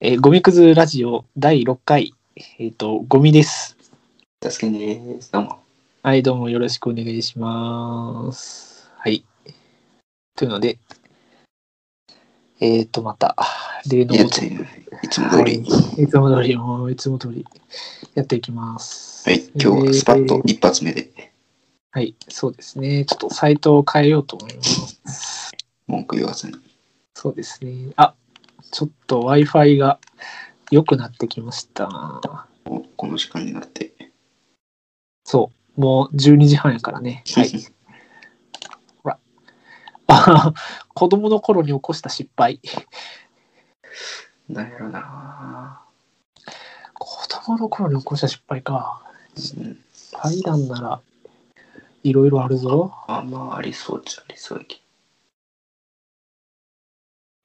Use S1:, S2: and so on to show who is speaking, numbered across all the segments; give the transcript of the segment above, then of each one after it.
S1: えーゴミくずラジオ第6回、えっ、と、ゴミです。
S2: 助けねーす。どうも。
S1: はい、どうもよろしくお願いします。はい。というので、えっ、と、また、例の
S2: や
S1: ご
S2: っ
S1: と
S2: ている。いつも通り。はい、
S1: い、いつも通り、もういつも通り、やっていきます。
S2: 今日はスパッ
S1: え
S2: と
S1: ー
S2: 一発目で
S1: はい、そうですね。ちょっとサイトを変えようと思います。
S2: 文句言わずに。
S1: そうですね。あ、ちょっと Wi-Fi が良くなってきました。
S2: おこの時間になって。
S1: そう。もう12時半やからね。 はい。あ子供の頃に起こした失敗。
S2: なんやろな
S1: 子供の頃に起こした失敗か。
S2: ー、うん。
S1: 階段なら、いろいろあるぞ。
S2: あんまあありそうっちゃありそうやけ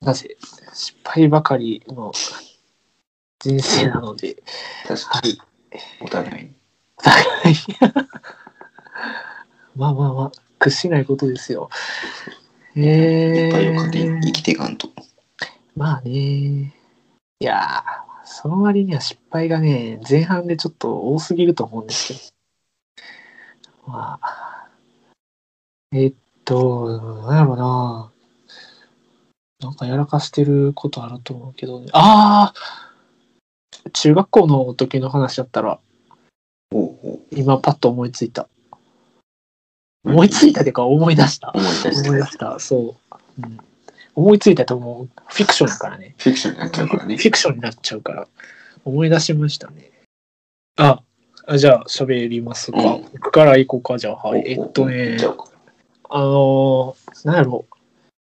S1: なぜ、失敗ばかりの人生なので。
S2: ど。確かに。お互いに。
S1: はいまあまあまあ、屈しないことですよ。
S2: い
S1: え
S2: っぱいをかけ
S1: ー
S2: 生、きていかんと。
S1: まあね。いやー、その割には失敗がね、前半でちょっと多すぎると思うんですけど。まあ。えっと、なんやろうな。なんかやらかしてることあると思うけどね。ああ中学校の時の話だったら、
S2: おうおう
S1: 今パッと思いついた。思いついたてか思い出した。
S2: 思い出して
S1: 思い出
S2: た。
S1: した、そう。うん、思いついたと思う。フィクションだからね。
S2: フィクションになっちゃうからね
S1: フ。ィクションになっちゃうから、思い出しましたね。あ、あじゃあ喋りますか。
S2: うん
S1: 僕から行こうか、じゃあ。はい。え
S2: おうおう
S1: っと
S2: 行
S1: ね
S2: っち、ゃおうか
S1: あのー、なんやろう。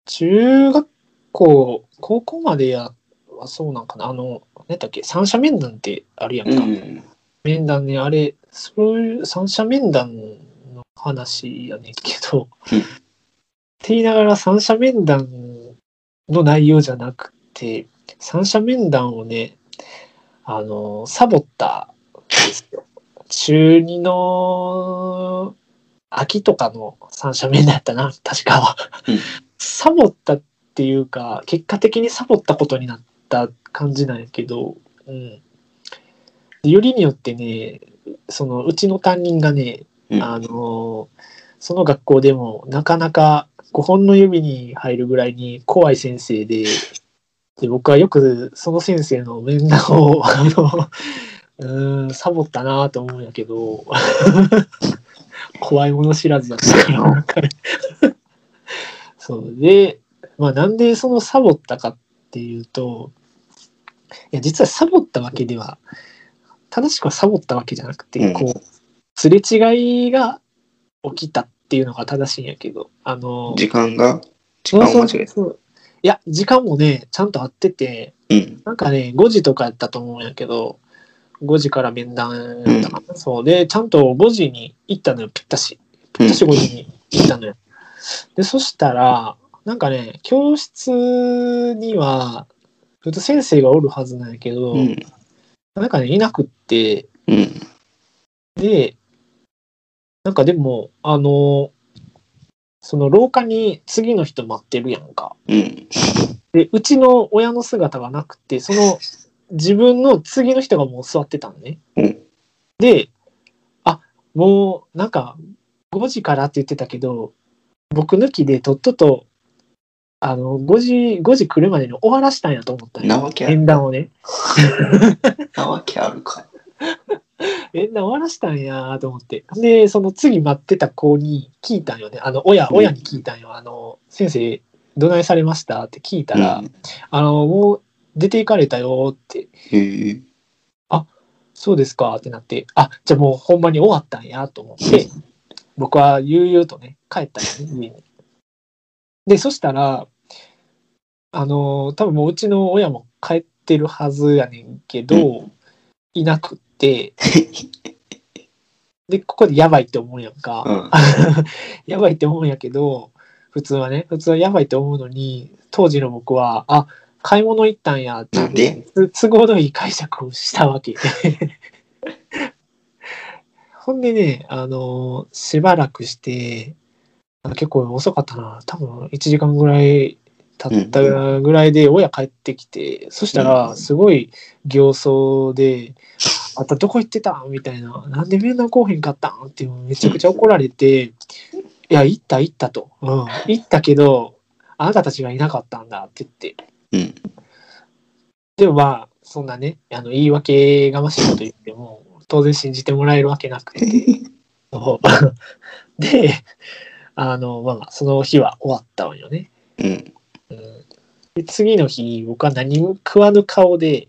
S1: 中学校、高校までや、はそうなんかな。あの、何だっけ、三者面談ってあるやん
S2: う
S1: か。
S2: ん。
S1: 面談ね、あれ、そういう三者面談の話やねんけど、
S2: うん
S1: って言いながら三者面談の内容じゃなくて、三者面談をね、あの、サボったんですよ。中2の秋とかの三者面談やったな、確かは。
S2: うん
S1: サボったっていうか、結果的にサボったことになった感じなんやけど、うん。よりによってね、そのうちの担任がね、
S2: うん
S1: あのその学校でもなかなか5本の指に入るぐらいに怖い先生で、で僕はよくその先生の面談を、 あの、うーん、サボったなと思うんやけど、 怖いもの知らずだったから、なんかね そう。で、まあなんでそのサボったかっていうと、いや、実はサボったわけでは、正しくはサボったわけじゃなくて、
S2: うん
S1: こう、すれ違いが起きたっていうのが正しいんやけど、あの、
S2: 時間が、時間を間違
S1: そ
S2: えた。
S1: うそうそういや、時間もね、ちゃんと合ってて、
S2: うん。
S1: なんかね、5時とかやったと思うんやけど、5時から面談やったかな。そうで、ちゃんと5時に行ったのよ、ぴったし。
S2: う
S1: ぴったし
S2: ん
S1: 5時に行ったのよ。で、そしたら、なんかね、教室には、ずっと先生がおるはずなんやけど、
S2: うん。
S1: なんかね、いなくって、
S2: うん。
S1: で、なんかでも、あの、その廊下に次の人待ってるやんか。
S2: うん。
S1: で、うちの親の姿がなくて、その自分の次の人がもう座ってたのね。
S2: うん
S1: で、あ、もうなんか5時からって言ってたけど、僕抜きでとっとと、あの、5時、5時来るまでに終わらしたんやと思ったん
S2: な
S1: よ。
S2: わけある。
S1: 面談をね。
S2: なわけあるか。
S1: 面談終わらしたんやと思って。で、その次待ってた子に聞いたんよね。あの、親、
S2: うん
S1: 親に聞いたんよ。あの、先生、どないされましたって聞いたら、
S2: うん、
S1: あの、もう出て行かれたよって
S2: へえ。
S1: そうですかってなって、あじゃあもうほんまに終わったんやと思って、僕は悠々とね、帰ったんよね、家に。で、そしたら、あのー多分もううちの親も帰ってるはずやねんけど、いなくって、で、ここでやばいって思うやんか。
S2: うん。
S1: やばいって思うんやけど、普通はね、普通はやばいって思うのに、当時の僕は、あ、買い物行ったんやっていう
S2: なんで
S1: つ都合のいい解釈をしたわけ。 ほんでね、あのしばらくして、あ結構遅かったな、多分1時間ぐらいたったぐらいで親帰ってきて、そした
S2: う
S1: ら
S2: ん
S1: すごい形相で「あんたどこ行ってたん?」みたいな「なんで面談来おへんかったん?」ってめちゃくちゃ怒られて「いや行った行った」と「うん、行ったけどあなたたちがいなかったんだ」って言って
S2: うん。
S1: でもまあそんなねあの言い訳がましいこと言っても当然信じてもらえるわけなくて。 そう で、あの、まあまあ、その日は終わったわよね。
S2: うん。
S1: うん、で次の日、僕は何も食わぬ顔で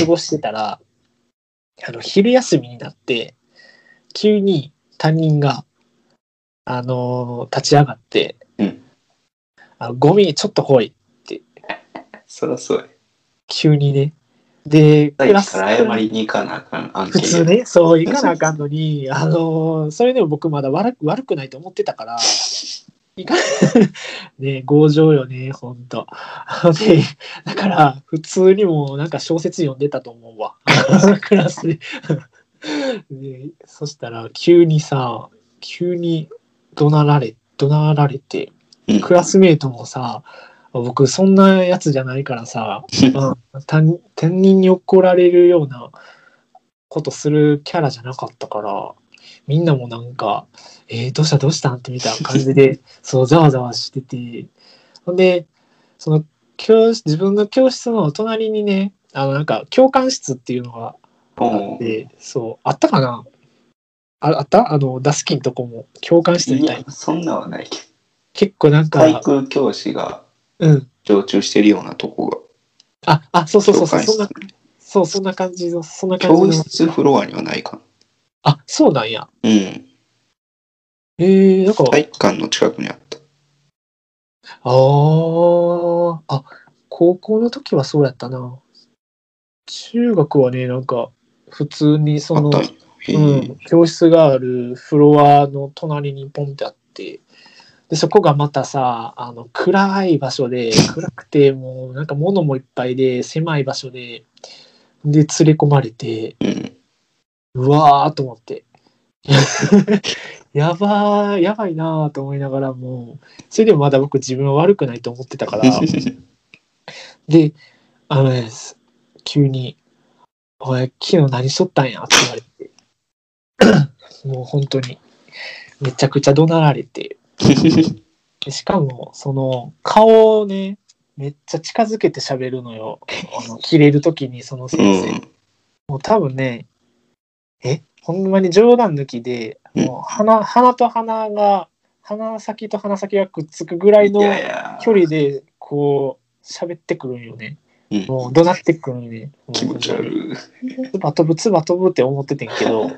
S1: 過ごしてたら、 あの、昼休みになって、急に担任が、あのー立ち上がって、
S2: うん
S1: あゴミちょっと来い、
S2: そらそうや。
S1: 急にね。で、
S2: 第
S1: クラ
S2: 一
S1: ス
S2: から謝りに行かなあかん案
S1: 普
S2: 件
S1: 通ね、そういかなあかんのに、あのーそれでも僕まだ悪く悪くないと思ってたから、いか ね強情よね、ほんと。で、だから、普通にもうなんか小説読んでたと思うわ。 クラスで。 でそしたら、急にさ、急に怒鳴られ、怒鳴られて、
S2: うん
S1: クラスメートもさ、僕そんなやつじゃないから さ、うん、担担任に怒られるようなことするキャラじゃなかったから、みんなもなんか、えーどうしたどうしたんってみたいな感じ で、そう、ざわざわしてて。ほんで、その教室、自分の教室の隣にね、あの、なんか、教官室っていうのがあ
S2: お
S1: っ
S2: ー
S1: て、そう、あったかなああったあの、ダスキンとこも、教官室
S2: い
S1: みたい
S2: や
S1: な。、
S2: そんなはないけど。
S1: 結構なんか、
S2: 体育教師が
S1: うん。
S2: 常駐してるようなとこが。
S1: あ、あ、そうそうそうそう、
S2: 教
S1: そん
S2: 官
S1: な、そう、そんな感じの、そんな感じ
S2: 教
S1: の。
S2: 室フロアにはないか
S1: あ、そうなんや。
S2: な。うん。
S1: えー、なんか、
S2: 体育館の近くにあった。
S1: あー、あ、高校の時はそうやったな。中学はね、なんか、普通にそ
S2: あ
S1: の
S2: ったん、や。へえ
S1: うん、教室があるフロアの隣にポンってあって、で、そこがまたさ、あの、暗い場所で、暗くて、もう、なんか物もいっぱいで、狭い場所で、で、連れ込まれて、
S2: うん。
S1: うわーと思って。 やばー、やばいなーと思いながらも、それでもまだ僕自分は悪くないと思ってた から、で、あのね、す急に、お前、昨日何しとったんやって言われて、 もう本当に、めちゃくちゃ怒鳴られて、でしかも、その、顔をね、めっちゃ近づけて喋るのよ。あの切れるときに、その先
S2: う
S1: 生。
S2: ん。
S1: もう多分ね、え、ほんまに冗談抜きで、
S2: うん
S1: もう鼻鼻と鼻が、鼻先と鼻先がくっつくぐらいの
S2: いやいや
S1: 距離で、こう、喋ってくるんよね。
S2: うん
S1: もう怒鳴ってくるんよね。
S2: 気持ち
S1: い。
S2: 悪い。
S1: つば飛ぶ、つば飛ぶって思っててんけど。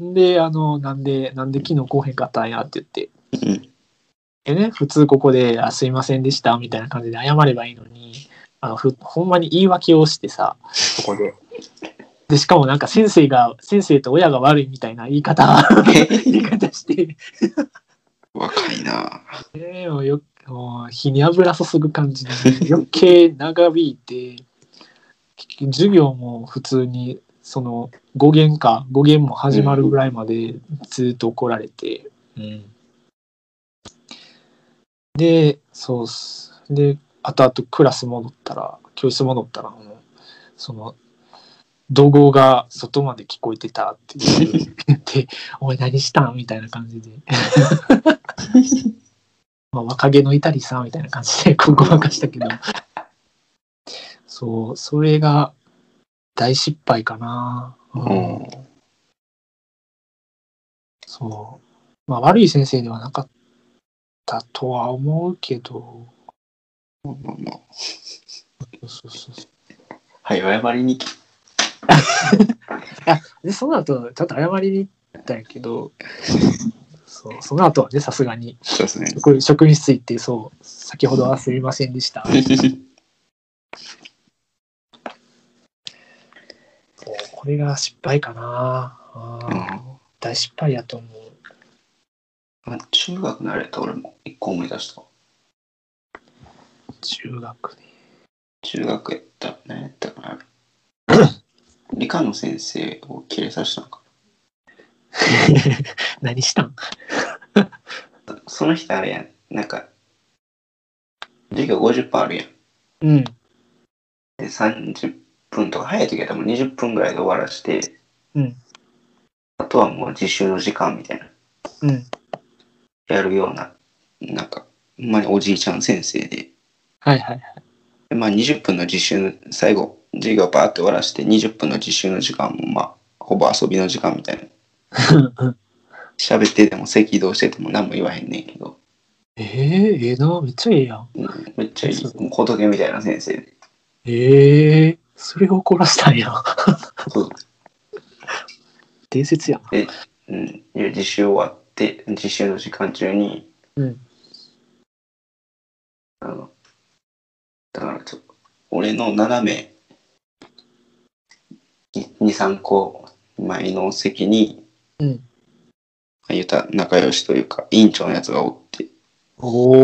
S1: で、あの、なんで、なんで昨日来おへんかったんやって言って。
S2: うん。
S1: でね、普通ここで、あ、すいませんでした、みたいな感じで謝ればいいのに、あの、ふ、ほんまに言い訳をしてさ、そこで。で、しかもなんか先生が、先生と親が悪いみたいな言い方、言い方して、
S2: 若いな。
S1: ね、もうよ、もう火に油注ぐ感 じで、余計長引いて、結局授業も普通に、その、語源か、語源も始まるぐらいまでずっと怒られて、うん。で、そうっす。で、あとあとクラス戻ったら、教室戻ったら、もうその、怒号が外まで聞こえてたっていう で、お前何したんみたいな感じで。 まあ、若気の至りさ、みたいな感 じで、ここまかしたけど。そう、それが大失敗かな。うん
S2: うん。
S1: そう。まあ、悪い先生ではなかったとは思うけど、
S2: まあまあ
S1: そうそうそう
S2: はい、謝りに来
S1: で、その後、ちゃんと謝りに行ったんやけど、 そうその後はね、さすがに、
S2: たですね。
S1: 職職員室行って、そう、先ほどはすみませんでした。そうこれが失敗かな。うん大失敗やと思う。
S2: あ中学のあれやった俺も一個思い出した。
S1: 中学 ね。
S2: 中学やった。何やったかな。理科の先生をキレさせたんか。
S1: 何したん
S2: そその人あれやん。なんか、授業50%あるやん。
S1: うん。
S2: で、30分とか、早い時は多分20分ぐらいで終わらして、
S1: うん。
S2: あとはもう自習の時間みたいな、
S1: うん。
S2: やるような、なんか、ほんまにおじいちゃん先生で、
S1: はいはいはい。
S2: でまあ20分の自習の、最後、授業バーって終わらして、20分の自習の時間も、まあ、ほぼ遊びの時間みたいな。喋ってても席移動してても何も言わへんねんけど、
S1: ええええな、めっちゃええやん。
S2: うんめっちゃいい
S1: そう
S2: もう仏みたいな先生で
S1: ええそれを怒らせたんや。
S2: そう
S1: 伝説やな。
S2: うん、で実習終わって実習の時間中に
S1: うん。
S2: あのだからちょっと俺の斜め23個前の席に、
S1: うん。
S2: まあ、言うたら仲良しというか委員長のやつがおって
S1: お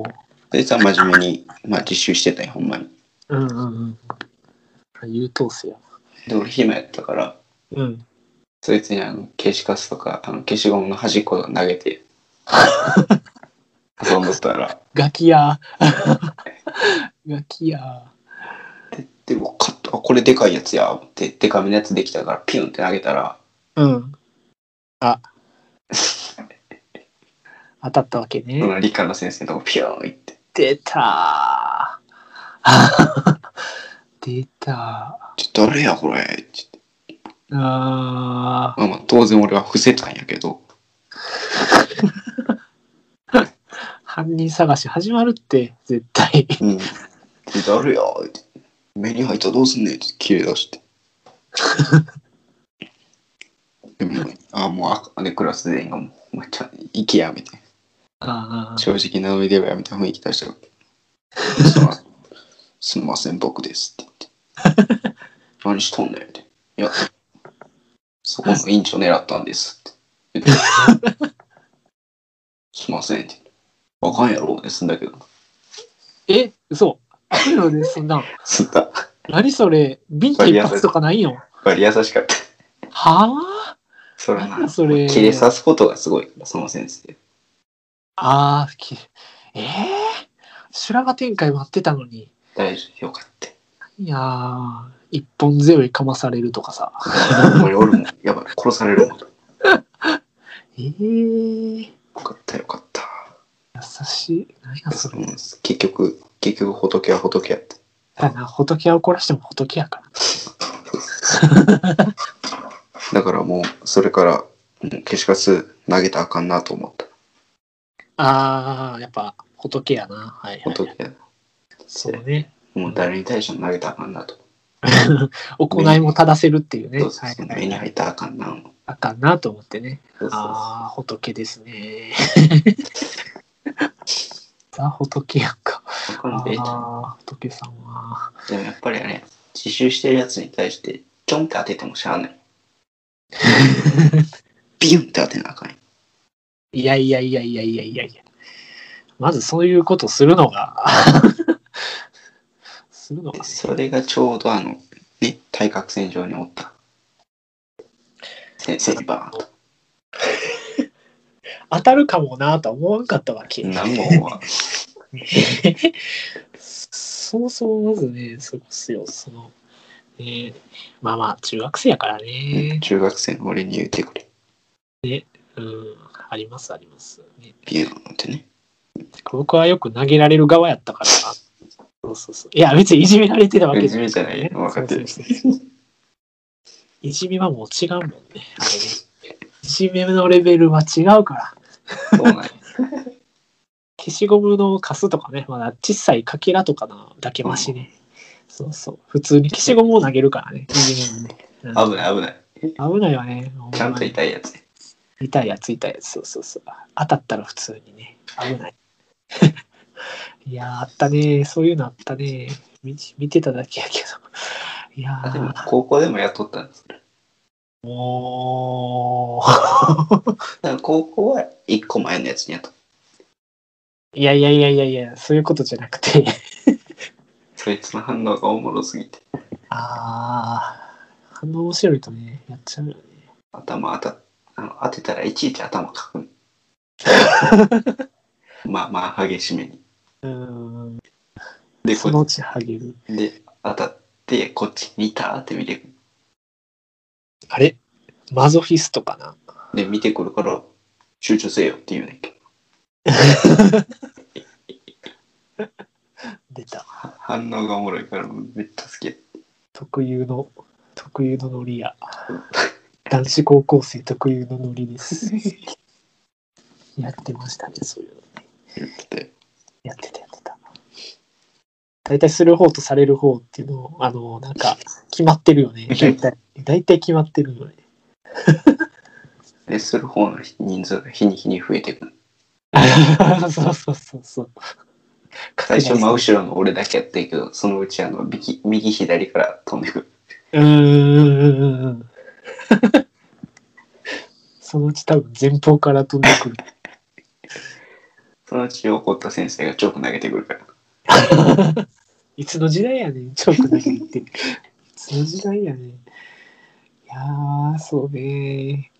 S1: お。
S2: そいつは真面目に、まあ、実習してたよほんまに
S1: うんうんうん。優等生や。
S2: で俺暇やったから
S1: うん。
S2: そいつにあの消しカスとかあの消しゴムの端っこを投げ て遊んどったら
S1: ガキ や。ガキや。
S2: でもカットあこれでかいやつや思ってでかめのやつできたからピュンって投げたら
S1: うん。あ。 当たったわけね。
S2: その理科の先生のとこピューン行って
S1: 出た ー出た
S2: 「ちょっとあれやこれ」って言って
S1: ーあー
S2: まあまあ当然俺は伏せたんやけど
S1: 犯人探し始まるって絶対
S2: 「うん、ちょっとあれや」って「目に入ったらどうすんねん」って切れ出してでもあもうああでクラス全員がもう「めっちゃ行きや」みたい
S1: あ
S2: な「
S1: ー
S2: 正直な上ではや」みたいな雰囲気出したから「そらすんません僕です」って言って「何しとんねん」って「いやそこの委員長狙ったんです」って言って「すいません」って「あかんやろ」ってすんだけど
S1: え嘘そういうのでそんなん
S2: すんだ
S1: 何それビンタ一発とかないよ
S2: 割り優しかった
S1: はあ
S2: それ
S1: なん
S2: な
S1: だそれ
S2: 切れさすことがすごいからその先生
S1: あーきえー、修羅場展開待ってたのに
S2: 大丈夫よかった
S1: いやー一本背負いかまされるとかさ
S2: 俺俺もやばい殺されるもんよ
S1: えー、優
S2: かったよかった
S1: しい何やそれ
S2: うん結局結局仏は仏やって
S1: だな仏を怒らしても仏やから
S2: だからもうそれからうん消しカス投げたらあかんなと思った
S1: あーやっぱ仏やなはい、はい、
S2: 仏や
S1: そうね。
S2: もう誰に対しても投げたらあかんなと
S1: 行いも正せるっていうね。
S2: そうそうそう
S1: はい
S2: 目に入ったらあかんな思って
S1: あかんなと思ってね。
S2: そうそうそう
S1: ああ、仏ですね。 ザ仏やん か。
S2: あかんで
S1: ああ、仏さんは。
S2: でもやっぱりあれ自習してるやつに対してちょんって当ててもしゃあない ビュンって当てなあかんよ
S1: いやいやいやいやいやいやいや。まずそういうことするのが。 するのが
S2: でそれがちょうどあの、ね、対角線上におった。先生にバーンと。
S1: 当たるかもなとは思わんかったわけ。
S2: 何もは。
S1: そもそもまずね、そうですよ、その、ね、まあまあ、中学生やからね、
S2: 中学生の俺に言うてくれ。
S1: うん、ありますあります、ね。
S2: ビューンってね。
S1: 僕はよく投げられる側やったから、そうそうそう。いや、別にいじめられてたわけ
S2: いじめじゃないよ分かってる
S1: そうそうそういじめはもう違うもんね。あれねいじめのレベルは違うから。
S2: そうなんや。
S1: 消しゴムのカスとかね、まだ小さいかけらとかのだけマシね。そうそう。普通に消しゴムを投げるからね。いじめもね。うん
S2: 危ない危ない。
S1: 危ないわね。
S2: ちゃん
S1: 痛
S2: と
S1: い。
S2: 痛いやつね。
S1: 痛いやつ、痛いやつ。そうそうそう。当たったら普通にね。危ない。 いやー、あったね。そういうのあったね。見見てただけやけど。いや
S2: あでも
S1: ー、
S2: 高校でもやっとったんです。
S1: もう。
S2: だから高校は一個前のやつにやっとった。
S1: いやいやいやいやいや、そういうことじゃなくて。
S2: そいつの反応がおもろすぎて。
S1: あー、反応面白いとね、やっちゃうよね。
S2: 頭当たあの当てたらいちいち頭かく。まあまあ激しめに。
S1: うん。
S2: で、
S1: その
S2: こ
S1: うちハゲる。
S2: で当たって、こっち見たって見てくる。
S1: あれマゾフィストかな
S2: で、見てくるから、集中せよって言うねんけど。
S1: 出た。
S2: は反応がおもろいから、めっちゃ好きや。
S1: 特有の、特有のノリや。男子高校生特有のノリです。 やってましたね、そういうの。
S2: 言ってて。
S1: やってた、やってた。大体する方とされる方っていうのを、あの、なんか、決まってるよね。大体、大体決まってるよね。
S2: で、する方の人数が日に日に増えてくる。
S1: そうそうそうそう。
S2: 最初真後ろの俺だけやってんけど、そのうちあの右、右左から飛んでくる。
S1: うーん。そのうち多分前方から飛んでくる。
S2: そのうち怒った先生がチョーク投げてくるから。
S1: いつの時代やねん、チョークだけ言って。いつの時代やねん。いやー、そうね